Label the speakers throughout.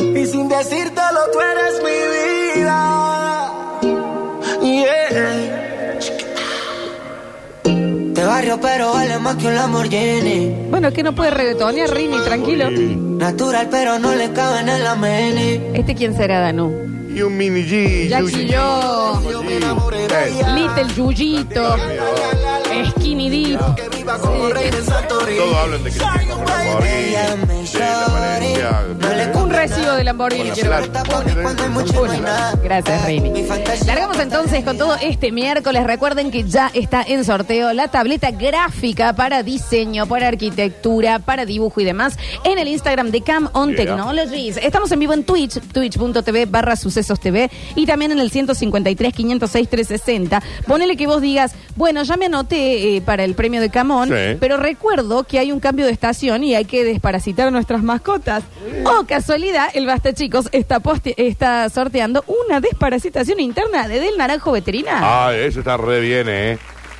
Speaker 1: Y sin decírtelo, tú eres mi vida. Yeah. De barrio, pero vale más que un Lamborghini.
Speaker 2: Bueno, es que no puede reggaetonear, Rini, tranquilo.
Speaker 1: Natural, pero no le caben en la mene.
Speaker 2: ¿Este quién será, Danu?
Speaker 3: Y un mini G.
Speaker 2: Jackie
Speaker 3: Yuji.
Speaker 2: yo,
Speaker 3: Yo me enamoré de ella.
Speaker 2: Little Yuyito, Skinny Deep.
Speaker 1: Que viva como reina en Santorini.
Speaker 3: Todos hablan de que tiene como Lamborghini, de la Valencia.
Speaker 2: Un recibo de Lamborghini,
Speaker 3: Con
Speaker 2: quiero
Speaker 3: la
Speaker 2: ver.
Speaker 1: Te pones cuando hay mucho y no hay
Speaker 2: Uno.
Speaker 1: nada.
Speaker 2: Gracias, Rini.
Speaker 1: Mi fantasía
Speaker 2: Largamos entonces con todo este miércoles. Recuerden que ya está en sorteo la tableta gráfica para diseño, para arquitectura, para dibujo y demás en el Instagram de Cam On
Speaker 3: Yeah.
Speaker 2: Technologies. Estamos en vivo en Twitch, twitch.tv barra sucesos TV y también en el 153 506 360. Ponele que vos digas, bueno, ya me anoté eh, para el premio de Camón,
Speaker 3: Sí.
Speaker 2: pero recuerdo que hay un cambio de estación y hay que desparasitar a nuestras mascotas. Oh, casualidad, el Basta Chicos está, poste- está sorteando una desparasitación interna de Del Naranjo Veterinario.
Speaker 3: Ah, eso está re bien, ¿eh?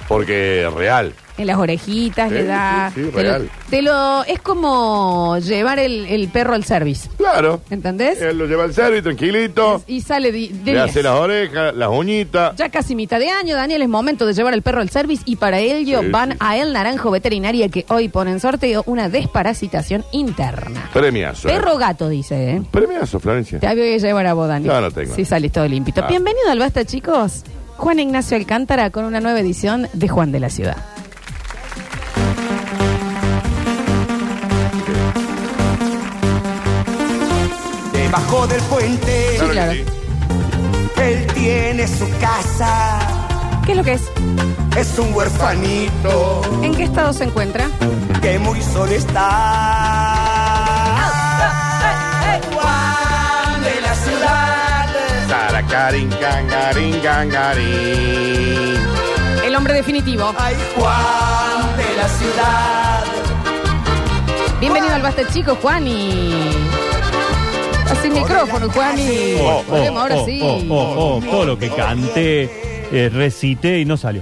Speaker 3: Porque es real.
Speaker 2: En las orejitas
Speaker 3: Sí,
Speaker 2: le da.
Speaker 3: sí, sí,
Speaker 2: te, lo,
Speaker 3: real.
Speaker 2: te lo- Es como llevar el, el perro al service.
Speaker 3: Claro.
Speaker 2: ¿Entendés?
Speaker 3: Él lo lleva al servicio, tranquilito.
Speaker 2: Y sale di- de,
Speaker 3: Le
Speaker 2: 10.
Speaker 3: hace las orejas, las uñitas.
Speaker 2: Ya casi mitad de año, Daniel, es momento de llevar el perro al service y para ello
Speaker 3: Sí,
Speaker 2: van
Speaker 3: sí.
Speaker 2: a El Naranjo Veterinaria que hoy pone en sorteo una desparasitación interna.
Speaker 3: Premiazo. ¿eh?
Speaker 2: Perro gato, dice, ¿eh?
Speaker 3: Premiazo, Florencia.
Speaker 2: Te había que llevar a vos, Dani.
Speaker 3: No, no tengo.
Speaker 2: Sí, salís todo limpito.
Speaker 3: Ah.
Speaker 2: Bienvenido al Basta, chicos. Juan Ignacio Alcántara con una nueva edición de Juan de la Ciudad.
Speaker 4: Debajo del puente,
Speaker 3: Claro que
Speaker 2: claro.
Speaker 3: sí.
Speaker 4: él tiene su casa.
Speaker 2: ¿Qué es lo que es?
Speaker 4: Es un huerfanito
Speaker 2: ¿En qué estado se encuentra?
Speaker 4: que muy solo está. Juan de la ciudad.
Speaker 3: Caracarín, cangarín, cangarín.
Speaker 2: El hombre definitivo.
Speaker 4: Ay, Juan de la ciudad.
Speaker 2: Bienvenido al Basta, chicos, Juan y... Así el micrófono, Juan y...
Speaker 5: Oh, oh,
Speaker 2: Volvemos, ahora
Speaker 5: oh,
Speaker 2: sí.
Speaker 5: oh, oh, oh, todo lo que canté, eh, recité y no salió.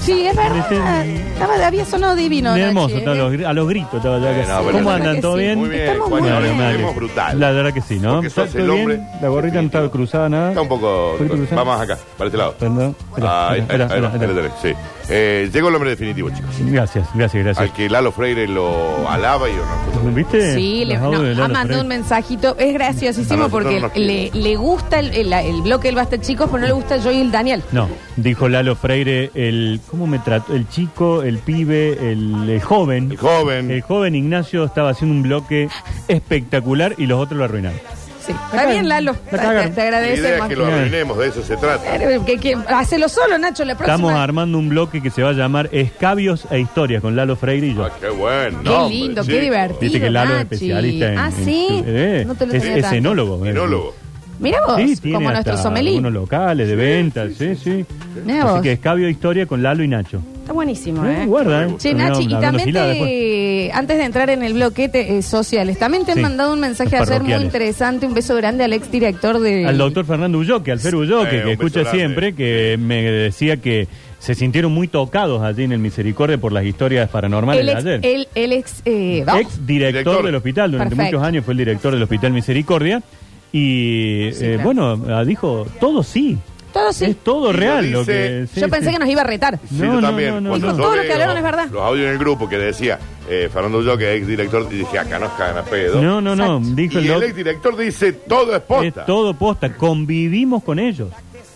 Speaker 2: Sí, es verdad. Estaba, había sonado divino. Nachi,
Speaker 5: hermoso,
Speaker 2: ¿eh?
Speaker 5: estaba a los gri- a los gritos estaba ya que
Speaker 3: Bueno, bueno,
Speaker 5: ¿Cómo
Speaker 3: la
Speaker 2: verdad que
Speaker 5: andan? ¿Todo
Speaker 2: sí.
Speaker 5: bien?
Speaker 3: Muy bien,
Speaker 2: Estamos
Speaker 3: Juan,
Speaker 2: muy
Speaker 3: ahora
Speaker 2: bien.
Speaker 3: nos vemos
Speaker 5: Vale.
Speaker 3: brutal.
Speaker 5: La verdad que sí, ¿no?
Speaker 3: Porque sos
Speaker 5: ¿Todo
Speaker 3: el
Speaker 5: bien?
Speaker 3: hombre
Speaker 5: La gorrita no estaba
Speaker 3: definitivo.
Speaker 5: cruzada, nada.
Speaker 3: Está un poco.
Speaker 5: ¿Fue cruzada?
Speaker 3: Vamos acá, para este lado.
Speaker 5: Perdón. Espera,
Speaker 3: Ahí,
Speaker 5: espera,
Speaker 3: ahí, ahí,
Speaker 5: espera,
Speaker 3: ahí,
Speaker 5: espera.
Speaker 3: ahí, sí. Eh, Llegó el hombre definitivo, chicos.
Speaker 5: Gracias, gracias,
Speaker 3: Al
Speaker 5: gracias.
Speaker 3: que Lalo Freire lo alaba y yo no.
Speaker 5: ¿Viste?
Speaker 2: Sí, le,
Speaker 5: Los
Speaker 2: no,
Speaker 5: audios de
Speaker 2: ha
Speaker 5: Lalo
Speaker 2: mandado
Speaker 5: Freire.
Speaker 2: un mensajito. Es graciosísimo
Speaker 3: A nosotros
Speaker 2: porque
Speaker 3: nos
Speaker 2: le,
Speaker 3: quiere.
Speaker 2: le gusta el, el- el bloque del Basta Chicos, pero no le gusta yo y el Daniel.
Speaker 5: No, dijo Lalo Freire, el. ¿Cómo me trató? El chico, el pibe, el, el joven.
Speaker 3: El joven.
Speaker 5: El joven Ignacio estaba haciendo un bloque espectacular y los otros lo arruinaron.
Speaker 2: Sí. Está bien, Lalo. Te,
Speaker 5: La cagaron.
Speaker 2: te
Speaker 3: La idea es
Speaker 2: agradecemos.
Speaker 3: que lo arruinemos, de eso se trata.
Speaker 2: Pero que- que- hacelo solo, Nacho, la
Speaker 5: Estamos
Speaker 2: próxima.
Speaker 5: armando un bloque que se va a llamar Escabios e Historias con Lalo Freire y yo.
Speaker 3: Ah, qué bueno.
Speaker 2: Qué
Speaker 3: nombre,
Speaker 2: lindo, qué
Speaker 3: chico.
Speaker 2: divertido.
Speaker 5: Dice que Lalo es
Speaker 2: Nachi.
Speaker 5: especialista en.
Speaker 2: Ah, ¿sí?
Speaker 5: en- eh,
Speaker 2: No te lo
Speaker 5: es,
Speaker 2: sabía
Speaker 5: es
Speaker 2: tanto.
Speaker 5: enólogo. eh.
Speaker 3: Enólogo.
Speaker 2: Mirá vos,
Speaker 5: Sí, tiene
Speaker 2: como nuestro
Speaker 5: hasta
Speaker 2: somelín.
Speaker 5: algunos locales de ventas, sí, sí.
Speaker 2: Mirá
Speaker 5: Así
Speaker 2: vos.
Speaker 5: que Escabio e Historia con Lalo y Nacho.
Speaker 2: Está buenísimo,
Speaker 5: Eh,
Speaker 2: ¿eh?
Speaker 5: guarda, eh.
Speaker 2: Che,
Speaker 5: Terminamos
Speaker 2: Nachi, y
Speaker 5: hablando
Speaker 2: también
Speaker 5: gilada después.
Speaker 2: te, antes de entrar en el bloquete eh, sociales, también te han
Speaker 5: Sí,
Speaker 2: mandado un mensaje
Speaker 5: los
Speaker 2: ayer muy
Speaker 5: parroquiales.
Speaker 2: interesante, un beso grande al ex director de...
Speaker 5: Al doctor Fernando Ulloque, al Fer Ulloque,
Speaker 3: Eh, un
Speaker 5: que escucha
Speaker 3: beso grande.
Speaker 5: siempre, que me decía que se sintieron muy tocados allí en el Misericordia por las historias paranormales
Speaker 2: el
Speaker 5: de
Speaker 2: ex,
Speaker 5: ayer.
Speaker 2: el, el ex, eh, vamos.
Speaker 5: ex director,
Speaker 3: Director.
Speaker 5: del hospital durante
Speaker 2: Perfecto.
Speaker 5: muchos años fue el director del hospital Misericordia y
Speaker 2: Sí,
Speaker 5: eh,
Speaker 2: claro.
Speaker 5: bueno ah, dijo todo sí
Speaker 2: Todo sí.
Speaker 5: es todo
Speaker 3: Y lo
Speaker 5: real lo
Speaker 3: dice-
Speaker 5: que sí,
Speaker 2: Yo pensé
Speaker 5: sí.
Speaker 2: que nos iba a retar.
Speaker 3: Sí,
Speaker 5: No,
Speaker 3: yo
Speaker 5: no,
Speaker 3: también.
Speaker 5: no, no,
Speaker 3: Cuando
Speaker 5: no.
Speaker 3: yo
Speaker 2: Todo lo
Speaker 3: veo
Speaker 2: que hablaron es verdad.
Speaker 3: Los audios en el grupo que decía eh, Fernando Ulloa, que es ex director, y dije, acá nos cagan a pedo.
Speaker 5: no no no
Speaker 2: Exacto.
Speaker 5: dijo
Speaker 3: y
Speaker 5: el
Speaker 3: el
Speaker 5: doc-
Speaker 3: ex director dice, todo es
Speaker 5: es
Speaker 3: posta.
Speaker 5: todo posta convivimos con ellos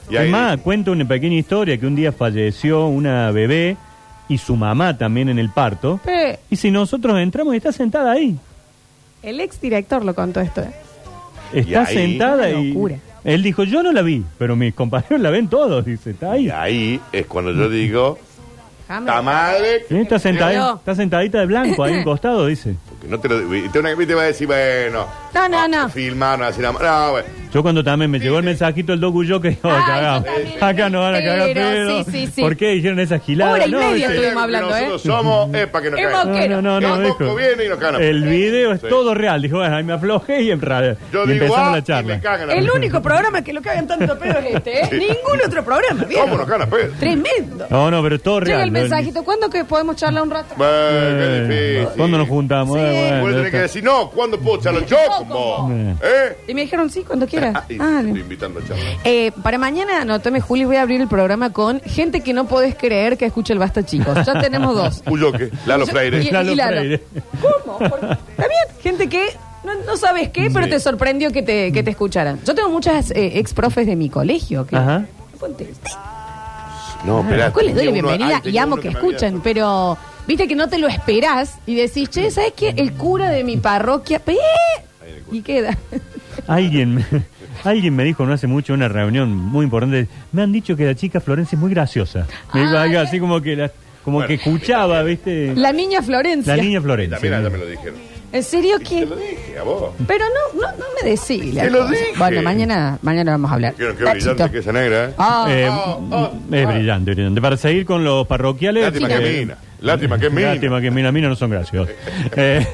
Speaker 3: Y ahí-
Speaker 5: es más cuenta una pequeña historia que un día falleció una bebé y su mamá también en el parto
Speaker 2: Eh,
Speaker 5: y si nosotros entramos y está sentada ahí
Speaker 2: el ex director lo contó esto. eh.
Speaker 5: está
Speaker 3: ahí-
Speaker 5: sentada
Speaker 2: Una
Speaker 5: y
Speaker 2: locura.
Speaker 5: él dijo yo no la vi pero mis compañeros la ven todos dice está ahí
Speaker 3: Y ahí es cuando yo digo,
Speaker 2: Ah,
Speaker 3: ta madre.
Speaker 5: Sí, está, sentadi-
Speaker 2: Pero-
Speaker 5: está sentadita de blanco ahí en costado, dice.
Speaker 3: Porque no te lo y te, una- y te va a decir, bueno.
Speaker 2: No, no, no.
Speaker 3: Filmar, no decir nada más. No, bueno.
Speaker 5: Yo cuando también me llegó el mensajito del docu yo que oh,
Speaker 2: Ay,
Speaker 5: cagamos.
Speaker 2: yo también.
Speaker 5: Acá nos van a cagar
Speaker 2: Pero,
Speaker 5: pedo.
Speaker 2: sí, sí, sí.
Speaker 5: ¿Por qué dijeron esas giladas?
Speaker 2: Hora y media
Speaker 5: dice,
Speaker 2: estuvimos hablando, ¿eh?
Speaker 3: Nosotros somos, es para que nos
Speaker 2: Hemos
Speaker 3: caguen.
Speaker 2: que-
Speaker 5: No, no, no,
Speaker 3: El
Speaker 5: no,
Speaker 3: Bosco
Speaker 5: dijo.
Speaker 3: viene y nos cagan a
Speaker 5: El
Speaker 3: pedo.
Speaker 5: video es
Speaker 3: Sí.
Speaker 5: todo real. Dijo, bueno, ahí me aflojé y, ra-
Speaker 3: Yo
Speaker 5: y
Speaker 3: digo,
Speaker 5: empezamos
Speaker 3: ah,
Speaker 5: la
Speaker 3: y me
Speaker 5: charla.
Speaker 3: cagan a
Speaker 2: El
Speaker 3: pedo.
Speaker 2: único programa que lo cagan tanto pedo es este, ¿eh? Ningún otro programa, ¿vieron?
Speaker 3: ¿Cómo nos cagan a pedo?
Speaker 2: Tremendo.
Speaker 5: No, no, pero es todo real.
Speaker 2: Llega el
Speaker 5: ¿no?
Speaker 2: mensajito. ¿Cuándo que podemos charlar un rato?
Speaker 3: Bueno,
Speaker 5: Eh,
Speaker 3: qué difícil.
Speaker 5: ¿Cuándo nos juntamos?
Speaker 2: Sí,
Speaker 5: Eh, bueno.
Speaker 3: Voy a
Speaker 5: ya
Speaker 3: tener que
Speaker 5: está.
Speaker 3: decir, no, ¿cuándo puedo charlar yo con vos?
Speaker 5: Eh.
Speaker 3: ¿Eh?
Speaker 2: Y me dijeron, sí, cuando quieras.
Speaker 3: Ah, y
Speaker 2: Ah,
Speaker 3: te estoy invitando a charlar.
Speaker 2: eh, para mañana, anótame, Juli, voy a abrir el programa con gente que no podés creer que escuche el Basta, chicos. Ya tenemos dos.
Speaker 3: Uyoque, Lalo
Speaker 2: Yo-
Speaker 3: Freire.
Speaker 2: y- y
Speaker 5: Lalo
Speaker 2: Lalo.
Speaker 5: Freire.
Speaker 2: ¿Cómo? ¿Por- Está bien, gente que no, no sabes qué, pero
Speaker 3: Sí.
Speaker 2: te sorprendió que te, que te escucharan. Yo tengo muchas eh, ex profes de mi colegio que...
Speaker 5: Ajá.
Speaker 2: Ponte- sí,
Speaker 3: No, espera.
Speaker 2: les doy la bienvenida y amo que escuchen, pero viste que no te lo esperás y decís, che, ¿sabes qué? El cura de mi parroquia... pe-
Speaker 3: Ahí en el cura.
Speaker 2: Y queda.
Speaker 5: Alguien me, alguien me dijo no hace mucho en una reunión muy importante. Me han dicho que la chica Florencia es muy graciosa. Me dijo
Speaker 2: Ah,
Speaker 5: algo
Speaker 3: eh.
Speaker 2: bien.
Speaker 5: así como que la, como
Speaker 3: Bueno, eh,
Speaker 5: que escuchaba, ¿viste? La,
Speaker 2: La niña Florencia.
Speaker 5: niña Florencia.
Speaker 3: También allá me lo dijeron.
Speaker 2: ¿En serio
Speaker 3: Y
Speaker 2: que
Speaker 3: Te lo dije a vos.
Speaker 2: Pero no, no, no me decís. la
Speaker 3: Te lo
Speaker 2: cosa.
Speaker 3: dije.
Speaker 2: Bueno, mañana, mañana vamos a hablar.
Speaker 3: Dijeron que
Speaker 2: Nachito.
Speaker 3: brillante que esa negra, ¿eh?
Speaker 2: Ah,
Speaker 5: Eh,
Speaker 3: Ah, ah,
Speaker 5: es
Speaker 3: ah.
Speaker 5: brillante, brillante. Para seguir con los parroquiales.
Speaker 3: Lástima que
Speaker 5: eh,
Speaker 3: mina. Lástima que mina.
Speaker 5: Lástima que mina, mina no son graciosos. Eh,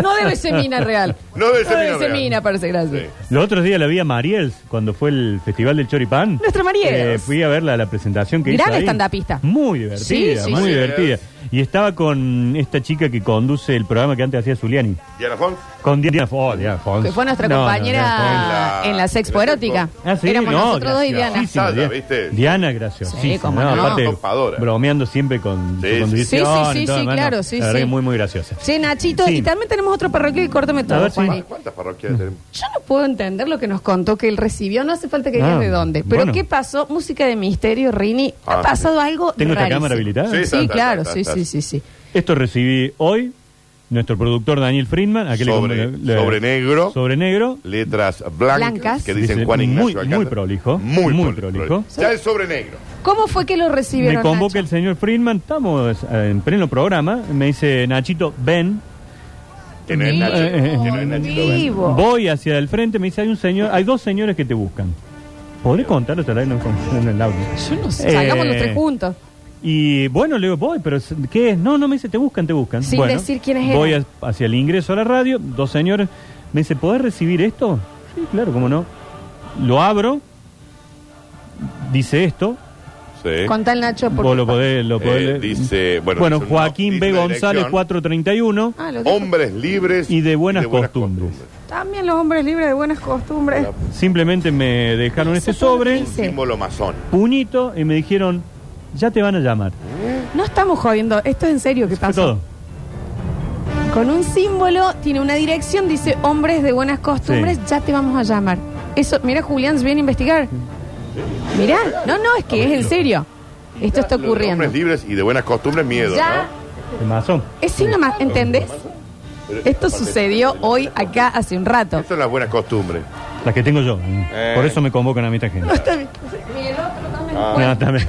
Speaker 2: No debe ser mina real.
Speaker 3: No debe ser mina real.
Speaker 2: mina para ser gracioso.
Speaker 3: Sí.
Speaker 5: los otros días la vi a Mariel cuando fue el festival del Choripán. Eh,
Speaker 2: Nuestra Mariel.
Speaker 5: fui a verla la presentación que
Speaker 2: Gran
Speaker 5: hizo. ahí.
Speaker 2: estandapista.
Speaker 5: Muy divertida,
Speaker 2: Sí, sí,
Speaker 5: muy
Speaker 2: sí.
Speaker 5: divertida. Y estaba con esta chica que conduce el programa que antes hacía Zuliani.
Speaker 3: ¿Y Alafón?
Speaker 5: Con Diana Fons. Oh, Diana Fons.
Speaker 2: Que fue nuestra
Speaker 5: No, no, Diana Fons.
Speaker 2: compañera
Speaker 3: no, no.
Speaker 2: en la sexpo erótica.
Speaker 5: Ah, sí,
Speaker 2: Éramos
Speaker 5: no,
Speaker 2: nosotros dos y Diana.
Speaker 5: graciosísima,
Speaker 3: Sala,
Speaker 5: Diana.
Speaker 3: ¿viste?
Speaker 5: Diana, graciosísima.
Speaker 2: Sí, cómo no.
Speaker 5: Aparte,
Speaker 3: Copadora.
Speaker 5: bromeando siempre con
Speaker 3: Sí, sí.
Speaker 5: su condición.
Speaker 2: Sí, sí, sí,
Speaker 5: y todo,
Speaker 2: sí,
Speaker 5: hermano.
Speaker 2: claro, sí,
Speaker 5: La verdad
Speaker 2: sí.
Speaker 5: que muy, muy graciosa.
Speaker 2: Che, Nachito,
Speaker 5: Sí.
Speaker 2: y también tenemos otro parroquial, córtame
Speaker 5: A
Speaker 2: todo,
Speaker 5: ver, sí.
Speaker 2: Juani.
Speaker 3: ¿Cuántas parroquias tenemos?
Speaker 2: Yo no puedo entender lo que nos contó que él recibió, no hace falta que digas
Speaker 5: Ah,
Speaker 2: de dónde. Pero
Speaker 5: bueno.
Speaker 2: ¿qué pasó? Música de misterio, Rini. ¿Ha
Speaker 3: Ah,
Speaker 2: pasado algo?
Speaker 5: ¿Tengo esta
Speaker 2: rarísimo.
Speaker 5: cámara habilitada?
Speaker 3: Sí, está,
Speaker 2: Sí,
Speaker 3: está,
Speaker 2: claro,
Speaker 3: está,
Speaker 2: sí,
Speaker 3: está.
Speaker 2: sí, sí, sí.
Speaker 5: Esto recibí hoy. Nuestro productor Daniel Friedman. a que le-
Speaker 3: Sobre-
Speaker 5: le-
Speaker 3: sobre negro.
Speaker 5: Sobre negro.
Speaker 3: Letras blancas,
Speaker 2: Blancas.
Speaker 3: que dicen
Speaker 5: Dice,
Speaker 3: Juan Ignacio
Speaker 5: muy-
Speaker 3: Alcántara.
Speaker 5: muy prolijo,
Speaker 3: Muy,
Speaker 5: muy
Speaker 3: prolijo.
Speaker 5: prolijo.
Speaker 3: Ya el sobre negro.
Speaker 2: ¿Cómo fue que lo recibieron?
Speaker 5: Me convoca
Speaker 2: Nacho?
Speaker 5: el señor Friedman, estamos eh, en pleno programa, me dice Nachito, ven,
Speaker 3: Que no es
Speaker 2: Vivo,
Speaker 3: Nacho.
Speaker 5: Eh,
Speaker 3: Que no es Nachito Ben.
Speaker 2: vivo.
Speaker 5: voy hacia el frente, me dice, hay un señor, hay dos señores que te buscan. ¿Podré contarlo? Te la no en el audio.
Speaker 2: Yo no sé.
Speaker 5: Eh,
Speaker 2: Salgamos los tres juntos.
Speaker 5: Y bueno, le digo, voy, pero es- ¿qué es? No, no, me dice, te buscan, te buscan.
Speaker 2: Sin
Speaker 5: Bueno,
Speaker 2: decir quiénes eran.
Speaker 5: Voy a- hacia el ingreso a la radio, dos señores, me dice, ¿podés recibir esto? Sí, claro, cómo no. Lo abro, dice esto,
Speaker 3: Sí.
Speaker 2: Contá el Nacho por
Speaker 5: vos lo podés... Lo
Speaker 3: Eh,
Speaker 5: podés-
Speaker 3: dice, bueno, dice un-
Speaker 5: Joaquín
Speaker 3: dice
Speaker 5: B.
Speaker 3: la
Speaker 5: González,
Speaker 3: dirección.
Speaker 5: 431.
Speaker 2: Ah, lo dijo.
Speaker 3: Hombres libres
Speaker 5: Y de buenas costumbres.
Speaker 2: También los hombres libres de buenas costumbres.
Speaker 5: Simplemente me dejaron este sobre,
Speaker 2: Sí.
Speaker 3: Símbolo masón.
Speaker 5: puñito, y me dijeron, ya te van a llamar.
Speaker 2: No estamos jodiendo. Esto es en serio que
Speaker 5: Fue
Speaker 2: pasa.
Speaker 5: todo.
Speaker 2: Con un símbolo, tiene una dirección, dice hombres de buenas costumbres,
Speaker 5: Sí.
Speaker 2: ya te vamos a llamar. Eso, mira, Julián se viene a investigar. Mirá, no, no, es que es en serio. Esto está
Speaker 3: Lo de
Speaker 2: ocurriendo.
Speaker 3: Hombres libres y de buenas costumbres, miedo,
Speaker 2: Ya,
Speaker 3: ¿no?
Speaker 5: De masón.
Speaker 2: es sin más, ¿entendés?
Speaker 3: Pero-
Speaker 2: Esto sucedió hoy acá hace un rato.
Speaker 3: Estas son las buenas costumbres.
Speaker 5: Las que tengo yo.
Speaker 3: Eh.
Speaker 5: Por eso me convocan a mí esta gente.
Speaker 3: Ah.
Speaker 5: No, también.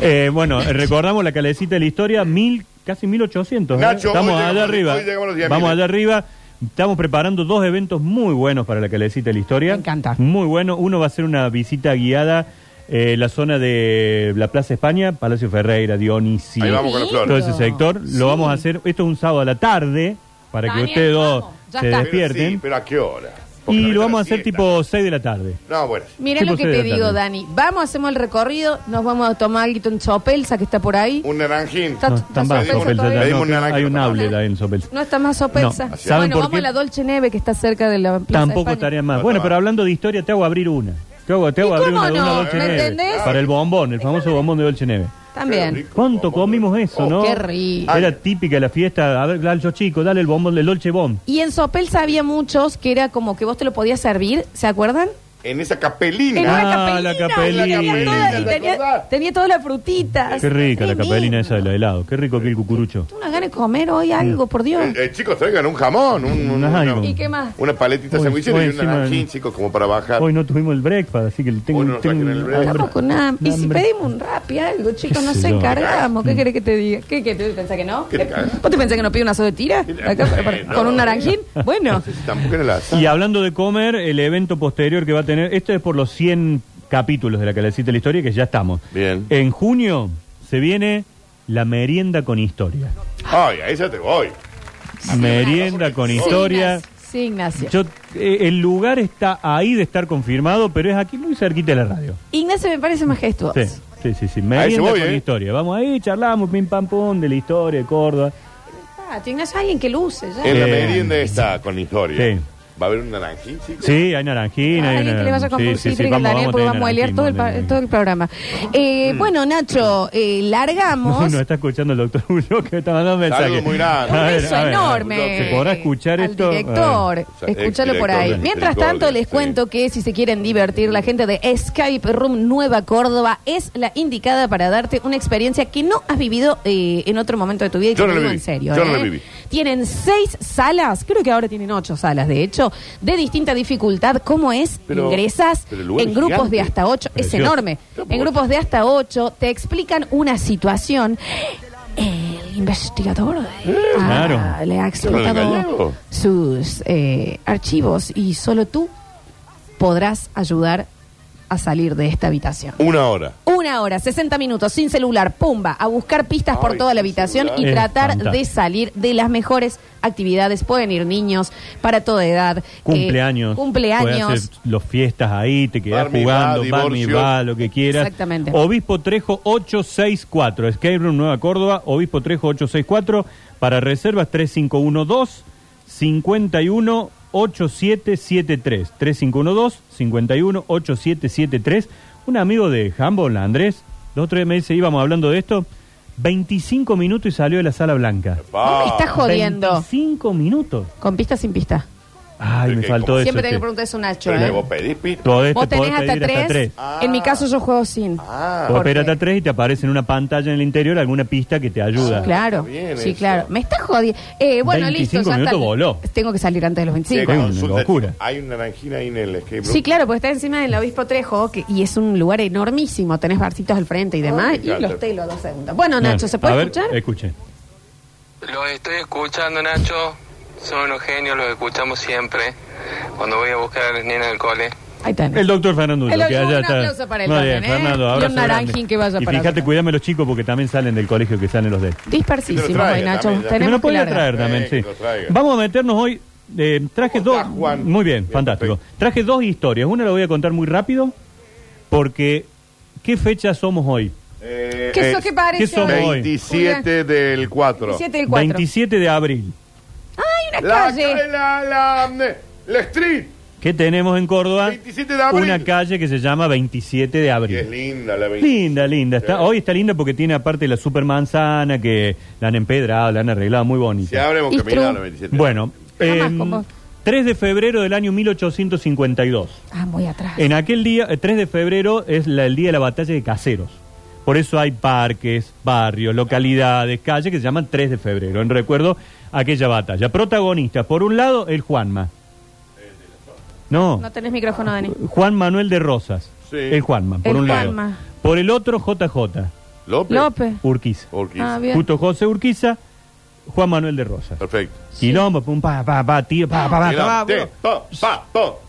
Speaker 5: Eh, bueno, recordamos la calecita de la historia, mil, casi 1800. ¿eh?
Speaker 3: Nacho,
Speaker 5: Estamos
Speaker 3: hoy
Speaker 5: allá
Speaker 3: llegamos-
Speaker 5: arriba.
Speaker 3: hoy llegamos a los 10.000.
Speaker 5: Vamos allá arriba. Estamos preparando dos eventos muy buenos para la calecita de la historia.
Speaker 2: Me encanta.
Speaker 5: Muy bueno. Uno va a ser una visita guiada eh, la zona de la Plaza España, Palacio Ferreira, Dionisio.
Speaker 3: Ahí vamos con las
Speaker 5: Todo
Speaker 3: flores.
Speaker 5: ese sector. Lo vamos a hacer. Esto es un sábado a la tarde para
Speaker 2: Daniel,
Speaker 5: que ustedes dos
Speaker 2: vamos, ya
Speaker 5: se
Speaker 2: está.
Speaker 3: Pero,
Speaker 5: despierten.
Speaker 3: sí, pero ¿a qué hora? Porque
Speaker 5: y
Speaker 3: la
Speaker 5: lo vamos a
Speaker 3: gente
Speaker 5: hacer
Speaker 3: siesta.
Speaker 5: tipo 6 de la tarde.
Speaker 3: No, bueno.
Speaker 2: Mira
Speaker 5: Sí,
Speaker 2: lo que
Speaker 5: pues, sí,
Speaker 2: te
Speaker 5: la
Speaker 2: digo,
Speaker 5: tarde.
Speaker 2: Dani. Vamos, hacemos el recorrido, nos vamos a tomar algo en Chopelsa, que está por ahí.
Speaker 3: Un naranjín.
Speaker 2: Está-
Speaker 5: No,
Speaker 2: está
Speaker 5: tan bajo,
Speaker 3: Sopelsa
Speaker 5: Sopelsa,
Speaker 3: todavía.
Speaker 5: ya
Speaker 3: Pedimos
Speaker 5: no,
Speaker 3: un naranja
Speaker 5: hay un
Speaker 3: para
Speaker 5: outlet ahí en Sopelsa.
Speaker 2: No está más Sopelsa.
Speaker 5: No, ¿saben
Speaker 2: Bueno,
Speaker 5: por
Speaker 2: vamos
Speaker 5: qué?
Speaker 2: a la Dolce Neve, que está cerca de la Plaza
Speaker 5: Tampoco
Speaker 2: España.
Speaker 5: estaría
Speaker 3: No,
Speaker 5: más.
Speaker 3: está
Speaker 5: Bueno,
Speaker 3: mal.
Speaker 5: pero hablando de historia, te hago abrir una. Te hago, te hago
Speaker 2: ¿Y
Speaker 5: abrir
Speaker 2: cómo
Speaker 5: una, de una
Speaker 2: no?
Speaker 5: Dolce
Speaker 2: ¿Me
Speaker 5: Neve.
Speaker 2: entendés?
Speaker 5: Para el bombón, el famoso bombón de Dolce Neve.
Speaker 2: También.
Speaker 5: ¿Cuánto comimos eso, no?
Speaker 2: Oh, qué rico.
Speaker 5: Era típica la fiesta. A ver, dale, yo chico, dale el bombón del Dolce Bomb.
Speaker 2: Y en Sopelsa había muchos que era como que vos te lo podías servir, ¿se acuerdan?
Speaker 3: En esa capelina.
Speaker 2: En
Speaker 5: Ah, la capelina.
Speaker 2: y tenía toda- y tenía, tenía todas las frutitas.
Speaker 5: Qué rica la
Speaker 2: Tremendo.
Speaker 5: capelina esa de la helado. Qué rico que el cucurucho.
Speaker 2: Tengo unas ganas de comer hoy algo, por Dios.
Speaker 3: Eh, eh, chicos, traigan un jamón, un- un-
Speaker 5: Ajá,
Speaker 3: una,
Speaker 5: algo.
Speaker 2: ¿Y qué más?
Speaker 3: una paletita
Speaker 5: Hoy-
Speaker 3: sandwichera
Speaker 5: hoy
Speaker 3: y un
Speaker 5: encima-
Speaker 3: naranjín, chicos, como para bajar.
Speaker 5: Hoy no tuvimos el breakfast, así que tengo,
Speaker 3: Ah. Hoy no nos
Speaker 5: tengo
Speaker 3: trajeron el breakfast.
Speaker 5: hambre.
Speaker 2: Estamos con una- Y si
Speaker 5: Hambre.
Speaker 2: pedimos un rap y algo, chicos,
Speaker 5: Qué
Speaker 2: no
Speaker 5: sé
Speaker 2: se
Speaker 5: yo. Mm.
Speaker 2: encargamos. ¿Qué querés que te diga? ¿Qué, qué, te pensás que no?
Speaker 3: ¿Qué te cagas?
Speaker 2: ¿Vos te pensás que no pido una soda de tira?
Speaker 3: Mira,
Speaker 2: Acá, para- para-
Speaker 3: bueno.
Speaker 2: ¿Con un naranjín? Bueno.
Speaker 3: Tampoco era la
Speaker 5: Y hablando de comer, el evento posterior que va a tener, esto es por los 100 capítulos de la Calecita de la Historia, que ya estamos.
Speaker 3: Bien.
Speaker 5: En junio se viene la merienda con historia.
Speaker 3: Ay, a esa te voy.
Speaker 5: merienda con historia.
Speaker 2: Sí, Ignacio.
Speaker 5: Yo, eh, el lugar está ahí de estar confirmado, pero es aquí muy cerquita de la radio.
Speaker 2: Ignacio me parece majestuoso.
Speaker 5: Sí, sí, sí, sí. Merienda
Speaker 3: voy,
Speaker 5: con
Speaker 3: eh.
Speaker 5: historia. Vamos ahí, charlamos, pim pam pum, de la historia de Córdoba.
Speaker 2: Exacto, Ah, Ignacio, alguien que luce. ya.
Speaker 3: En la
Speaker 5: Eh,
Speaker 3: merienda está con historia.
Speaker 5: Sí.
Speaker 3: ¿Va a haber un naranjín, chicos?
Speaker 5: Sí, hay naranjina. hay
Speaker 2: Alguien
Speaker 5: una-
Speaker 2: que le vaya a comprar
Speaker 5: sí, sí,
Speaker 2: Citric al
Speaker 5: vamos,
Speaker 2: Daniel
Speaker 5: vamos
Speaker 2: porque
Speaker 5: a tener
Speaker 2: vamos a leer
Speaker 5: naranjín,
Speaker 2: todo el,
Speaker 5: vamos a
Speaker 2: pa-
Speaker 5: tener
Speaker 2: todo el programa. Eh, bueno, Nacho, eh,
Speaker 5: No,
Speaker 2: largamos.
Speaker 5: no está escuchando el doctor Ulloa que está mandando mensajes.
Speaker 3: Saludo muy grande.
Speaker 5: A
Speaker 2: Un
Speaker 5: ver,
Speaker 2: beso
Speaker 5: a ver,
Speaker 2: enorme.
Speaker 3: ¿se
Speaker 5: podrá escuchar
Speaker 2: al
Speaker 5: esto? A
Speaker 2: Director,
Speaker 5: ver.
Speaker 3: sea,
Speaker 2: escúchalo
Speaker 3: exdirector
Speaker 2: por ahí.
Speaker 3: de
Speaker 2: Mientras
Speaker 3: Misericordia,
Speaker 2: tanto, les
Speaker 3: sí.
Speaker 2: cuento que si se quieren divertir, la gente de Skype Room Nueva Córdoba es la indicada para darte una experiencia que no has vivido eh, en otro momento de tu vida. Y
Speaker 3: Yo
Speaker 2: te lo
Speaker 3: no la
Speaker 2: digo
Speaker 3: viví,
Speaker 2: en serio.
Speaker 3: yo no la
Speaker 2: ¿eh?
Speaker 3: viví.
Speaker 2: Tienen seis salas, creo que ahora tienen ocho salas, de hecho, de distinta dificultad. ¿Cómo es?
Speaker 3: Pero-
Speaker 2: Ingresas
Speaker 3: pero el lugar
Speaker 2: en
Speaker 3: es
Speaker 2: grupos
Speaker 3: gigante.
Speaker 2: de hasta ocho. Es
Speaker 5: Precioso.
Speaker 2: enorme. En grupos de hasta ocho te explican una situación. El investigador eh, ha-
Speaker 5: claro.
Speaker 2: le ha
Speaker 3: Pero el
Speaker 2: explotado
Speaker 3: gallego.
Speaker 2: sus eh, archivos y solo tú podrás ayudar a salir de esta habitación.
Speaker 3: Una hora.
Speaker 2: Una hora, 60 minutos, sin celular, pumba, a buscar pistas por
Speaker 3: Ay,
Speaker 2: toda la
Speaker 3: sin
Speaker 2: habitación
Speaker 3: celular.
Speaker 2: y
Speaker 5: Es
Speaker 2: tratar
Speaker 5: fantástico.
Speaker 2: de salir de las mejores actividades. Pueden ir niños para toda edad. eh,
Speaker 5: Cumpleaños. Puedes
Speaker 2: cumpleaños.
Speaker 5: hacer los fiestas ahí, te quedás
Speaker 3: Barmi,
Speaker 5: jugando,
Speaker 3: va,
Speaker 5: barmi,
Speaker 3: divorcio.
Speaker 5: va, lo que quieras.
Speaker 2: Exactamente.
Speaker 5: Obispo Trejo 864, Skype Room Nueva Córdoba, Obispo Trejo 864, para reservas 3512 51 8773 3512 51 8773 Un amigo de Humboldt, Andrés, los otros días me dice, íbamos hablando de esto, 25 minutos y salió de la sala blanca.
Speaker 2: No me
Speaker 3: Pa.
Speaker 2: estás jodiendo.
Speaker 5: 25 minutos.
Speaker 2: Con pista, sin pista.
Speaker 5: Ay, me
Speaker 3: Porque
Speaker 5: faltó
Speaker 3: como-
Speaker 5: eso.
Speaker 2: Siempre tengo
Speaker 5: che.
Speaker 2: que preguntar eso, Nacho.
Speaker 3: Pero
Speaker 2: ¿eh?
Speaker 3: que vos pedís pito.
Speaker 5: Podés,
Speaker 2: Vos
Speaker 5: te
Speaker 2: tenés
Speaker 5: podés
Speaker 2: hasta
Speaker 5: pedir
Speaker 2: tres.
Speaker 5: hasta tres.
Speaker 2: En mi caso yo juego sin.
Speaker 3: Ah.
Speaker 5: Vos
Speaker 2: Porque-
Speaker 5: esperás hasta tres y te aparece en una pantalla en el interior alguna pista que te ayuda.
Speaker 2: Ah, Claro,
Speaker 3: Está bien
Speaker 2: sí,
Speaker 3: eso.
Speaker 2: claro. Me está jodiendo. Eh, bueno,
Speaker 5: 25
Speaker 2: listo. ya
Speaker 5: minutos
Speaker 2: está.
Speaker 5: voló.
Speaker 2: Tengo que salir antes de los
Speaker 3: Sí,
Speaker 2: 25.
Speaker 5: es una
Speaker 3: consulta.
Speaker 5: locura.
Speaker 3: Hay una naranjina ahí en el escape room.
Speaker 2: Sí, claro, porque está encima del Obispo Trejo que- y es un lugar enormísimo. Tenés barcitos al frente y demás.
Speaker 3: me
Speaker 2: y
Speaker 3: encanta.
Speaker 2: los telos dos segundos. Bueno,
Speaker 5: Bien.
Speaker 2: Nacho, ¿se
Speaker 5: Ah, A
Speaker 2: puede
Speaker 5: ver, eh,
Speaker 2: escuchar?
Speaker 5: Escuchen.
Speaker 6: Los estoy escuchando, Nacho. Son unos genios, los escuchamos siempre. Cuando voy a buscar a las nenas del cole.
Speaker 2: Ahí tenés.
Speaker 5: El doctor Fernando Ulloa,
Speaker 2: El-
Speaker 5: que allá
Speaker 2: un
Speaker 5: está.
Speaker 2: aplauso para el
Speaker 5: Muy
Speaker 2: Fernando,
Speaker 5: bien,
Speaker 2: ¿eh?
Speaker 5: Fernando,
Speaker 2: Y un
Speaker 5: abrazo grande.
Speaker 2: naranjín que vaya
Speaker 5: Y
Speaker 2: para
Speaker 5: fíjate,
Speaker 2: atrás.
Speaker 5: cuidame los chicos porque también salen del colegio que salen los de él.
Speaker 3: Que
Speaker 2: Dispersísimo,
Speaker 3: lo traiga
Speaker 2: hoy, Nacho.
Speaker 3: también, ya.
Speaker 5: Que me
Speaker 2: Tenemos
Speaker 5: lo
Speaker 2: que
Speaker 5: podía
Speaker 2: largar.
Speaker 5: traer también,
Speaker 3: Eh,
Speaker 5: sí.
Speaker 3: que lo traiga.
Speaker 5: Vamos a meternos hoy. eh, traje
Speaker 3: ¿Cómo
Speaker 5: dos.
Speaker 3: estás, Juan?
Speaker 5: Muy bien,
Speaker 3: Bien,
Speaker 5: fantástico.
Speaker 3: perfecto.
Speaker 5: Traje dos historias. Una la voy a contar muy rápido porque ¿qué fecha somos hoy?
Speaker 3: Eh,
Speaker 2: ¿Qué,
Speaker 3: eh,
Speaker 2: eso que parece?
Speaker 5: ¿qué somos
Speaker 2: hoy?
Speaker 5: hoy?
Speaker 3: 27 del 4.
Speaker 2: 27 del 4.
Speaker 5: 27 de abril.
Speaker 2: ¡Ay, una
Speaker 3: La,
Speaker 2: calle!
Speaker 3: la, la, la street.
Speaker 5: ¿Qué tenemos en Córdoba?
Speaker 3: 27 de abril.
Speaker 5: Una calle que se llama 27 de
Speaker 3: Que es
Speaker 5: abril.
Speaker 3: linda la 20.
Speaker 5: Linda, linda. Está,
Speaker 3: Sí.
Speaker 5: Hoy está linda porque tiene aparte la super manzana que la han empedrado, la han arreglado, muy
Speaker 3: Si
Speaker 5: bonita.
Speaker 3: habremos
Speaker 2: Y
Speaker 3: caminado a la
Speaker 2: true.
Speaker 3: 27.
Speaker 5: Bueno,
Speaker 2: Jamás
Speaker 5: em,
Speaker 2: con vos.
Speaker 5: 3 de febrero del año 1852.
Speaker 2: Ah, muy atrás.
Speaker 5: En aquel día, eh, 3 de febrero es la- el día de la batalla de caseros. Por eso hay parques, barrios, localidades, calles que se llaman 3 de febrero, en recuerdo a aquella batalla. Protagonistas, por un lado, el Juanma. No,
Speaker 2: No tenés micrófono, Dani.
Speaker 5: Juan Manuel de Rosas.
Speaker 3: Sí.
Speaker 5: El Juanma, por
Speaker 2: El
Speaker 5: un lado.
Speaker 2: Juanma.
Speaker 5: Por el otro, JJ.
Speaker 3: López.
Speaker 2: López.
Speaker 5: Urquiza.
Speaker 3: Urquiza.
Speaker 2: Ah, bien.
Speaker 5: Justo José Urquiza, Juan Manuel de Rosas.
Speaker 3: Perfecto.
Speaker 5: Quilombo, pum, pa, pa, pa, tío, pa, pa, pa, pa,
Speaker 3: Te,
Speaker 5: pa,
Speaker 3: to, pa, to.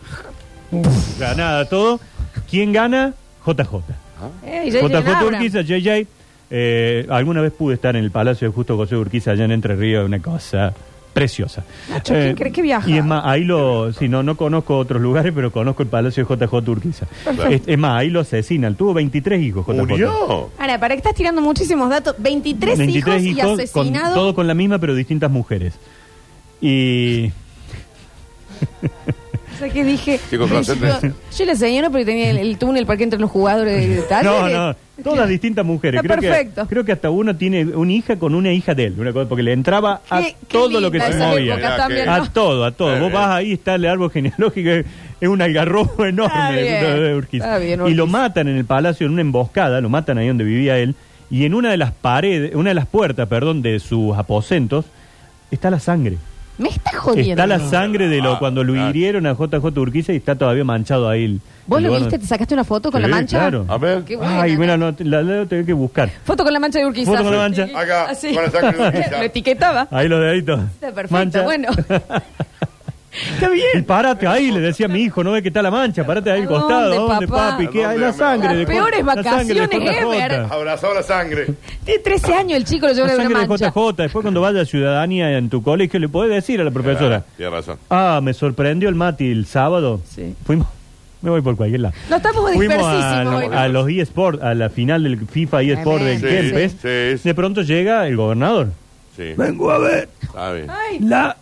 Speaker 5: Ganada todo. ¿Quién gana? JJ.
Speaker 2: Ey, ya llegué,
Speaker 5: JJ
Speaker 2: Laura.
Speaker 5: Urquiza, JJ. Eh, alguna vez pude estar en el Palacio de Justo José Urquiza allá en Entre Ríos, una cosa preciosa. Eh,
Speaker 2: Nacho, ¿quién cree que viaja?
Speaker 5: Y es más, ahí lo, si no, no conozco otros lugares, pero conozco el Palacio de JJ Urquiza. Es, es más, ahí lo asesinan, tuvo 23 hijos JJ.
Speaker 3: Murió.
Speaker 2: Ahora, para que estás tirando muchísimos datos. 23, hijos, y
Speaker 5: con-
Speaker 2: asesinados.
Speaker 5: todo con la misma, pero distintas mujeres. Y
Speaker 2: O sea que dije.
Speaker 3: Chicos, concéntrense.
Speaker 2: yo, yo la señora porque tenía el, el túnel para que entre los jugadores de
Speaker 5: no,
Speaker 2: talleres.
Speaker 5: no, todas distintas mujeres.
Speaker 2: Está
Speaker 5: creo
Speaker 2: perfecto.
Speaker 5: Que, creo que hasta uno tiene una hija con una hija de él, una cosa, porque le entraba a
Speaker 2: Qué- qué
Speaker 5: todo lo que
Speaker 2: linda
Speaker 5: se
Speaker 2: esa
Speaker 5: movía.
Speaker 2: época
Speaker 3: Mirá
Speaker 2: también,
Speaker 3: que-
Speaker 2: ¿no?
Speaker 5: A todo, a todo.
Speaker 3: Está
Speaker 5: Vos
Speaker 3: bien.
Speaker 5: vas ahí, está el árbol genealógico, es es un algarrobo enorme
Speaker 2: bien,
Speaker 5: de- de Urquiza.
Speaker 2: está bien,
Speaker 5: Y lo
Speaker 2: Urquiza.
Speaker 5: matan en el palacio, en una emboscada, lo matan ahí donde vivía él, y en una de las paredes, una de las puertas, perdón, de sus aposentos, está la sangre.
Speaker 2: Me está jodiendo.
Speaker 5: Está la sangre de lo
Speaker 3: Ah,
Speaker 5: cuando lo
Speaker 3: claro.
Speaker 5: hirieron a JJ Urquiza y está todavía manchado ahí. el-
Speaker 2: ¿Vos
Speaker 5: el
Speaker 2: lo
Speaker 5: lugar
Speaker 2: viste? ¿Te
Speaker 5: donde-
Speaker 2: sacaste una foto con la
Speaker 5: Sí,
Speaker 2: mancha?
Speaker 5: Claro.
Speaker 3: A ver.
Speaker 2: Qué buena.
Speaker 5: Ay, mira, no, te- la debo tener que buscar.
Speaker 2: Foto con la mancha de Urquiza.
Speaker 5: Foto con la mancha.
Speaker 3: Acá,
Speaker 2: Así.
Speaker 3: con la sangre de Urquiza.
Speaker 2: Lo etiquetaba.
Speaker 5: Ahí los deditos.
Speaker 2: Está perfecto, bueno. Está
Speaker 5: Y
Speaker 2: bien.
Speaker 5: parate ahí, le decía a mi hijo, no ve que está la mancha, parate ahí al
Speaker 2: ¿A
Speaker 5: costado,
Speaker 2: dónde,
Speaker 5: ¿dónde,
Speaker 2: papá?
Speaker 5: papi? ¿Qué
Speaker 3: ¿A dónde,
Speaker 5: hay la
Speaker 3: amigo?
Speaker 5: sangre?
Speaker 2: Las
Speaker 5: de J-
Speaker 2: peores
Speaker 5: la sangre de
Speaker 2: vacaciones
Speaker 5: JJ.
Speaker 2: ever.
Speaker 3: Abrazado la sangre.
Speaker 2: Tiene 13 años el chico, lo lleva
Speaker 5: La
Speaker 2: de una
Speaker 5: sangre de
Speaker 2: mancha.
Speaker 5: JJ, después cuando vaya a ciudadanía en tu colegio le podés decir a la profesora,
Speaker 3: Tienes razón.
Speaker 5: ah, me sorprendió el Mati el sábado,
Speaker 2: Sí.
Speaker 5: fuimos, me voy por cualquier lado.
Speaker 2: No estamos
Speaker 5: Fuimos a,
Speaker 2: dispersísimos hoy.
Speaker 5: la- a los eSports, a la final del FIFA eSports del
Speaker 2: Tremendo.
Speaker 5: Kempes.
Speaker 3: Sí, sí, sí.
Speaker 5: De pronto llega el gobernador.
Speaker 3: Sí.
Speaker 7: Vengo a ver
Speaker 3: Está bien.
Speaker 5: Ah,
Speaker 2: Ay,
Speaker 7: la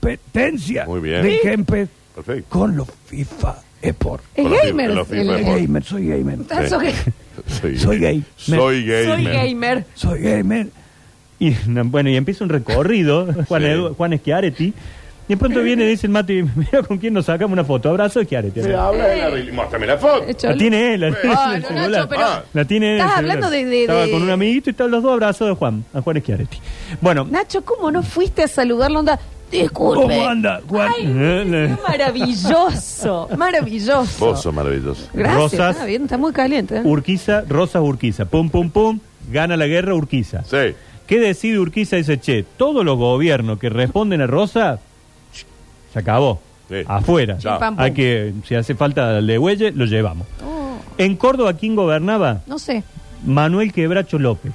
Speaker 7: competencia
Speaker 3: Muy bien.
Speaker 7: de Kempes
Speaker 3: Perfecto.
Speaker 7: con los FIFA Sport.
Speaker 2: es
Speaker 3: Con los
Speaker 2: gamer.
Speaker 3: fi- los
Speaker 2: el-
Speaker 3: FIFA.
Speaker 7: Soy gamer, soy gamer.
Speaker 2: Ah, sos gay.
Speaker 7: Soy gay.
Speaker 3: Soy gay.
Speaker 2: Soy gamer.
Speaker 7: Soy gamer.
Speaker 5: Y na- bueno, y empieza un recorrido, Juan,
Speaker 3: Sí.
Speaker 5: Edu- Juan Schiaretti. Y de pronto viene y dice el Mati, mira con quién nos sacamos una foto. Abrazo de Schiaretti.
Speaker 3: Me habla de la relig- Muéstrame la foto.
Speaker 2: Hecho-
Speaker 5: La tiene él, la tiene
Speaker 2: Ah,
Speaker 5: él en el
Speaker 2: no,
Speaker 5: celular.
Speaker 2: Nacho, pero-
Speaker 3: Ah.
Speaker 5: La tiene él en el
Speaker 2: Estás
Speaker 5: celular.
Speaker 2: hablando de- de-
Speaker 5: Estaba
Speaker 2: de-
Speaker 5: con un amiguito y estaban los dos abrazos de Juan, a Juan Schiaretti. Bueno,
Speaker 2: Nacho, ¿cómo no fuiste a saludarlo? Onda, disculpe.
Speaker 7: ¿Cómo anda, Juan?
Speaker 2: Ay,
Speaker 5: Eh,
Speaker 2: es maravilloso, maravilloso.
Speaker 3: Vos sos maravilloso.
Speaker 2: Gracias,
Speaker 5: Rosas.
Speaker 2: está bien, está muy caliente. ¿eh?
Speaker 5: Urquiza, Rosas Urquiza. Pum, pum, pum. Gana la guerra Urquiza.
Speaker 3: Sí.
Speaker 5: ¿Qué decide Urquiza? Dice, che, todos los gobiernos que responden a Rosa, ch, se acabó.
Speaker 3: Sí.
Speaker 5: Afuera.
Speaker 3: Chao.
Speaker 2: Pam, pum.
Speaker 5: Hay que, si hace falta el de Huelle, lo llevamos.
Speaker 2: Oh,
Speaker 5: En Córdoba, ¿quién gobernaba?
Speaker 2: no sé.
Speaker 5: Manuel Quebracho López.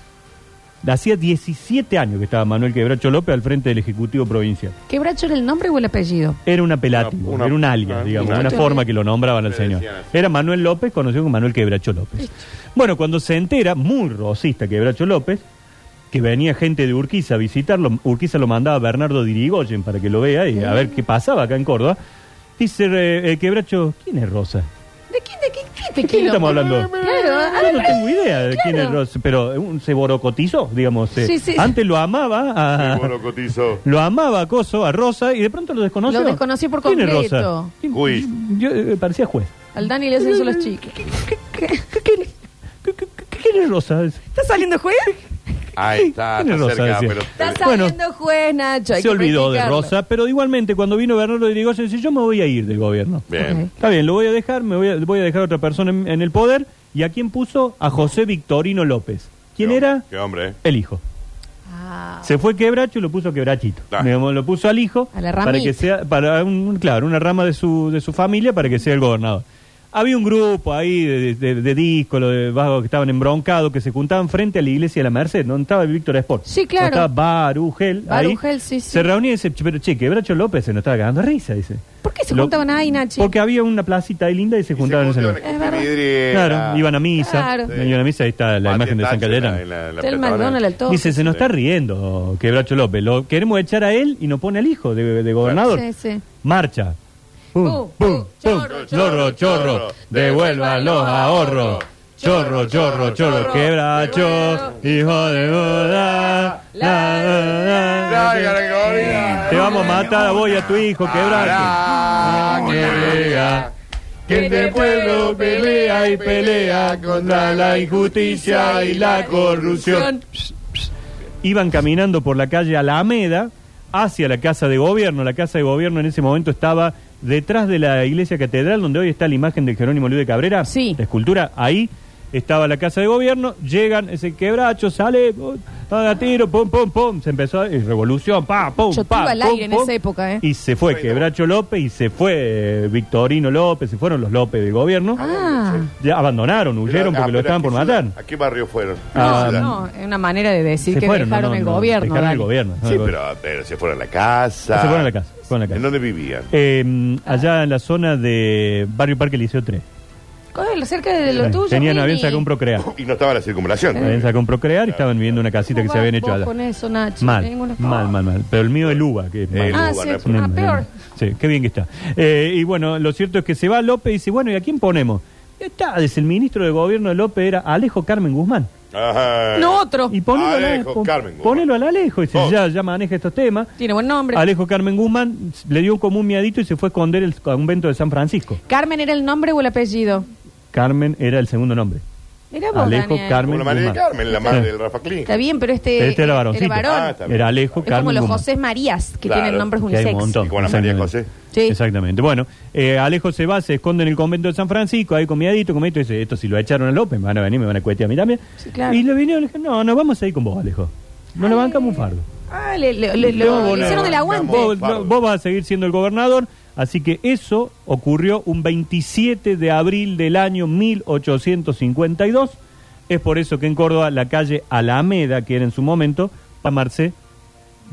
Speaker 5: Hacía 17 años que estaba Manuel Quebracho López al frente del Ejecutivo Provincial.
Speaker 2: ¿Quebracho era el nombre o el apellido?
Speaker 5: Era un apelativo,
Speaker 3: Una- una-
Speaker 5: era un alias,
Speaker 3: una-
Speaker 5: digamos,
Speaker 3: una-
Speaker 5: una forma que lo nombraban al
Speaker 3: Le
Speaker 5: señor.
Speaker 3: decían así.
Speaker 5: Era Manuel López, conocido como Manuel Quebracho López. Bueno, cuando se entera, muy rosista Quebracho López, que venía gente de Urquiza a visitarlo, Urquiza lo mandaba a Bernardo Dirigoyen para que lo vea y a ver qué pasaba acá en Córdoba, dice eh, eh, Quebracho, ¿quién es Rosa?
Speaker 2: ¿De quién, de quién, quién-
Speaker 5: ¿De quién estamos hablando?
Speaker 2: Claro, a
Speaker 5: Yo
Speaker 2: ver,
Speaker 5: no tengo idea de quién es
Speaker 2: claro.
Speaker 5: Rosa, pero eh, un- se borocotizó, digamos. se-
Speaker 2: Sí, sí.
Speaker 5: Antes lo amaba a...
Speaker 3: Bueno, cotizo.
Speaker 5: Lo amaba a Coso, a Rosa, y de pronto lo desconoció.
Speaker 2: Lo desconoció por
Speaker 5: ¿Quién es
Speaker 2: completo.
Speaker 5: Rosa? ¿Quién-
Speaker 3: Juiz.
Speaker 5: Yo eh, parecía juez.
Speaker 2: al Dani le hacen las chicas.
Speaker 5: ¿Qué- qué- qué- ¿Quién es Rosa?
Speaker 2: ¿Está saliendo juez?
Speaker 3: Ahí está,
Speaker 5: ¿Quién es
Speaker 3: está
Speaker 5: Rosa?
Speaker 3: cerca,
Speaker 5: Decía.
Speaker 3: pero.
Speaker 2: Está
Speaker 5: Bueno,
Speaker 2: saliendo juez, Nacho. hay
Speaker 5: Se
Speaker 2: que
Speaker 5: olvidó de
Speaker 2: practicarlo.
Speaker 5: Rosa, pero igualmente cuando vino Bernardo Dirigoyen dice, yo me voy a ir del gobierno.
Speaker 3: Bien.
Speaker 5: Está bien, lo voy a dejar, me voy a, voy a dejar a otra persona en, en el poder. ¿Y a quién puso? A José Victorino López. ¿Quién
Speaker 3: Qué hom-
Speaker 5: era?
Speaker 3: Qué hombre, ¿eh?
Speaker 5: El hijo.
Speaker 2: Ah,
Speaker 5: Se fue quebracho y lo puso quebrachito.
Speaker 3: Claro.
Speaker 5: Digamos, lo puso al hijo
Speaker 2: A la
Speaker 5: para
Speaker 2: ramita.
Speaker 5: que sea, para un, claro, una rama de su, de su familia para que sea el gobernador. Había un grupo ahí de, de, de discos, lo de vagos que estaban embroncados, que se juntaban frente a la iglesia de la Merced, donde estaba el Víctor Sport.
Speaker 2: Sí, claro.
Speaker 5: Donde Estaba Barugel. ahí.
Speaker 2: Barugel, sí, sí.
Speaker 5: Se reunía y dice, "Che, pero che, quebracho López se nos estaba cagando de risa, dice.
Speaker 2: ¿Por qué se
Speaker 5: Lo-
Speaker 2: juntaban ahí, Nachi?
Speaker 5: Porque había una placita ahí linda y se juntaban en
Speaker 3: se
Speaker 5: ese
Speaker 3: juntaban
Speaker 5: lugar.
Speaker 3: a
Speaker 2: Es
Speaker 3: escuchar
Speaker 2: verdad.
Speaker 3: vidriera.
Speaker 5: Claro, iban a misa.
Speaker 2: Claro.
Speaker 5: Iban a misa, ahí está la
Speaker 3: Patria
Speaker 5: imagen de San
Speaker 3: Thatcher
Speaker 5: Calderón.
Speaker 3: en la- en la
Speaker 2: Está el
Speaker 3: Patagonia.
Speaker 2: McDonald's al todo.
Speaker 5: Dice, se nos
Speaker 3: Sí.
Speaker 5: está riendo Quebracho López. Lo queremos echar a él y no pone al hijo de, de gobernador.
Speaker 2: Sí, sí.
Speaker 5: Marcha. Pum,
Speaker 2: Uh, uh,
Speaker 5: pum, pum.
Speaker 2: chorro,
Speaker 5: Chorro, chorro. Devuelva los ahorros. Chorro, chorro, chorro. Quebracho, hijo de boda. La-
Speaker 3: Ay, Gregoria.
Speaker 5: Te vamos a matar a vos y a tu hijo, Quebracho.
Speaker 3: Ah, que
Speaker 5: pelea,
Speaker 3: que este pueblo pelea y pelea contra la injusticia y la corrupción.
Speaker 5: Iban caminando por la calle Alameda hacia la casa de gobierno. La casa de gobierno en ese momento estaba detrás de la iglesia catedral, donde hoy está la imagen de Jerónimo Luis de Cabrera.
Speaker 2: Sí.
Speaker 5: La escultura, ahí estaba la casa de gobierno. Llegan, ese quebracho sale, pum, a tiro, pum, pum, pum. Se empezó, y revolución, pa, pum,
Speaker 2: Yo
Speaker 5: pa,
Speaker 2: estuve al
Speaker 5: pum,
Speaker 2: aire en
Speaker 5: pum.
Speaker 2: esa época, ¿eh?
Speaker 5: Y se fue Quebracho López y se fue eh, Victorino López, se fueron los López del gobierno.
Speaker 2: Ah.
Speaker 5: Ya abandonaron, huyeron porque
Speaker 3: Ah,
Speaker 5: lo
Speaker 3: pero ¿a
Speaker 5: estaban
Speaker 3: qué
Speaker 5: por
Speaker 3: ciudad-
Speaker 5: matar.
Speaker 3: ¿A qué barrio fueron?
Speaker 5: Ah,
Speaker 2: No, no, es una manera de decir que dejaron el gobierno.
Speaker 5: Dejaron el
Speaker 2: Dani.
Speaker 5: gobierno.
Speaker 3: Sí, pero, pero se fueron a la casa.
Speaker 5: Se fueron a la casa, se fueron a la casa.
Speaker 3: ¿En dónde vivían?
Speaker 5: Eh, allá en la zona de Barrio Parque Liceo 3.
Speaker 2: Coel, cerca de lo tuyo.
Speaker 5: Tenían,
Speaker 2: Rini.
Speaker 5: habían sacado un procrear.
Speaker 3: Y no estaba la circunvalación.
Speaker 5: Habían sacado un procrear y estaban viviendo en una casita
Speaker 2: ¿Cómo
Speaker 5: que se
Speaker 2: vas
Speaker 5: habían hecho
Speaker 2: vos
Speaker 5: allá.
Speaker 2: con eso, Nacho? Ninguna-
Speaker 5: Mal, mal, mal, mal. Pero el mío es Luba, que es
Speaker 3: El
Speaker 5: malo.
Speaker 2: Ah,
Speaker 3: Luba,
Speaker 2: sí,
Speaker 3: no
Speaker 2: es
Speaker 3: es
Speaker 2: una
Speaker 5: Mm,
Speaker 2: peor.
Speaker 5: Sí, qué bien que está. Eh, y bueno, lo cierto es que se va López y dice, bueno, ¿y a quién ponemos? Está, desde el ministro de gobierno de López era Alejo Carmen Guzmán.
Speaker 3: Ajá.
Speaker 2: No, otro.
Speaker 5: Y ponelo, al-
Speaker 3: Alejo
Speaker 5: pon-
Speaker 3: Carmen Guzmán.
Speaker 5: ponelo al Alejo, y dice,
Speaker 3: Vos.
Speaker 5: ya, ya maneja estos temas.
Speaker 2: Tiene buen nombre.
Speaker 5: Alejo Carmen Guzmán le dio como un miadito y se fue a esconder el convento de San Francisco.
Speaker 2: ¿Carmen era el nombre o el apellido?
Speaker 5: Carmen era el segundo nombre.
Speaker 2: Mira vos,
Speaker 5: Alejo
Speaker 2: Daniel.
Speaker 3: Como
Speaker 5: Carmen
Speaker 3: la madre de
Speaker 5: Guzmán.
Speaker 3: Carmen, la madre
Speaker 5: Sí.
Speaker 3: del Rafa Klin.
Speaker 2: Está bien, pero este.
Speaker 5: Pero este era varoncito.
Speaker 2: varón.
Speaker 3: Ah, está bien.
Speaker 5: Era Alejo
Speaker 2: es como
Speaker 5: Carmen
Speaker 2: los
Speaker 5: Guzmán.
Speaker 2: José Marías, que
Speaker 3: Claro,
Speaker 2: tienen nombres
Speaker 5: que hay
Speaker 2: unisex.
Speaker 5: un montón.
Speaker 3: Y con la María José.
Speaker 2: Sí.
Speaker 5: Exactamente. Bueno, eh, Alejo se va, se esconde en el convento de San Francisco, ahí comiadito, comiadito, y dice, esto si lo echaron a López, me van a venir, me van a cuetear a mí también.
Speaker 2: Sí, claro.
Speaker 5: Y le vinieron y le dijeron, no, no, vamos a ir con vos, Alejo. No lo bancamos un fardo.
Speaker 2: Ah, le, le- le- lo-
Speaker 5: No,
Speaker 2: le
Speaker 5: vos no.
Speaker 2: hicieron el aguante.
Speaker 5: Vos,
Speaker 3: Fardo.
Speaker 5: no, vos vas a seguir siendo el gobernador, así que eso ocurrió un 27 de abril del año 1852. Es por eso que en Córdoba la calle Alameda, que era en su momento, Pamarse,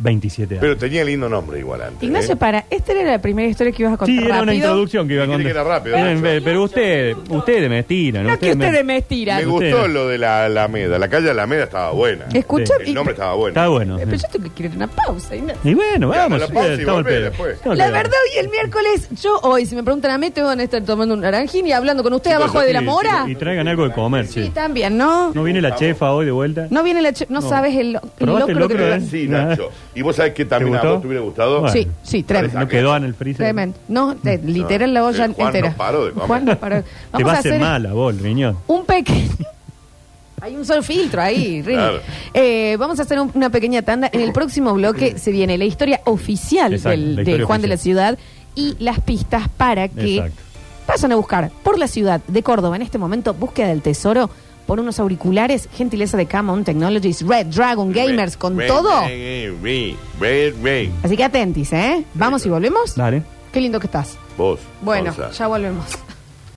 Speaker 5: 27 años.
Speaker 3: Pero tenía lindo nombre igual antes.
Speaker 2: Ignacio,
Speaker 3: ¿eh?
Speaker 2: para, esta era la primera historia que ibas a contar
Speaker 5: Sí, era una
Speaker 2: rápido.
Speaker 5: introducción que iba a
Speaker 3: Dije que
Speaker 5: contar.
Speaker 3: era rápido,
Speaker 5: Pero-
Speaker 3: Nacho.
Speaker 5: pero, ustedes, ustedes me tiran.
Speaker 2: No que ustedes me
Speaker 3: Me
Speaker 2: estiran.
Speaker 3: gustó
Speaker 5: Usted.
Speaker 3: lo de la Alameda. La calle Alameda estaba buena.
Speaker 2: Escucha,
Speaker 5: Sí,
Speaker 2: y-
Speaker 3: El nombre estaba bueno.
Speaker 5: Está bueno.
Speaker 2: Eh, Pero yo tengo que querer una pausa, Ignacio.
Speaker 5: Y bueno,
Speaker 3: Ya,
Speaker 5: vamos.
Speaker 3: la pausa y
Speaker 5: eh, estamos al
Speaker 3: volvé
Speaker 5: pedo.
Speaker 3: después.
Speaker 5: Estamos al
Speaker 2: La
Speaker 5: pedo.
Speaker 2: verdad, hoy el miércoles, yo hoy, si me preguntan a mí, te van a estar tomando un naranjín y hablando con usted
Speaker 3: Chicos,
Speaker 2: abajo de la
Speaker 5: Sí,
Speaker 2: mora.
Speaker 5: Y, traigan algo de comer,
Speaker 2: Sí,
Speaker 5: sí.
Speaker 2: también, ¿no?
Speaker 5: ¿No viene la chefa hoy de vuelta?
Speaker 2: No viene la... che- No, sabes el, lo- el
Speaker 5: Probaste el
Speaker 2: locro que
Speaker 5: locro,
Speaker 2: te-
Speaker 5: ¿eh?
Speaker 3: Sí, Nacho. ¿Y vos sabés que también a
Speaker 5: gustó?
Speaker 3: vos te hubiera gustado?
Speaker 5: Bueno.
Speaker 2: Sí, sí, tremendo.
Speaker 5: No quedó en el freezer.
Speaker 2: Tremendo. No, te-
Speaker 5: Mm.
Speaker 2: literal la olla
Speaker 3: el Juan no
Speaker 2: entera.
Speaker 3: paró de comer.
Speaker 2: Juan no paró.
Speaker 5: Te
Speaker 2: Vamos
Speaker 5: va a
Speaker 2: a
Speaker 5: hacer
Speaker 2: hacer
Speaker 5: mal a vos, riñón.
Speaker 2: un pequeño... Hay un solo filtro ahí, Rini.
Speaker 3: Claro.
Speaker 2: Eh, vamos a hacer un- una pequeña tanda. En el próximo bloque se viene la historia oficial
Speaker 5: Exacto,
Speaker 2: del,
Speaker 5: la
Speaker 2: de
Speaker 5: historia
Speaker 2: Juan de la
Speaker 5: oficial.
Speaker 2: Ciudad y las pistas para que
Speaker 5: Exacto.
Speaker 2: pasan a buscar por la ciudad de Córdoba en este momento búsqueda del tesoro por unos auriculares, gentileza de Camon Technologies, Red Dragon Gamers, con
Speaker 3: Ven,
Speaker 2: todo.
Speaker 3: ven, ven, ven, ven.
Speaker 2: Así que atentis, ¿eh? Vamos y volvemos.
Speaker 5: Dale.
Speaker 2: Qué lindo que estás.
Speaker 3: Vos.
Speaker 2: Bueno,
Speaker 3: Gonza.
Speaker 2: ya volvemos.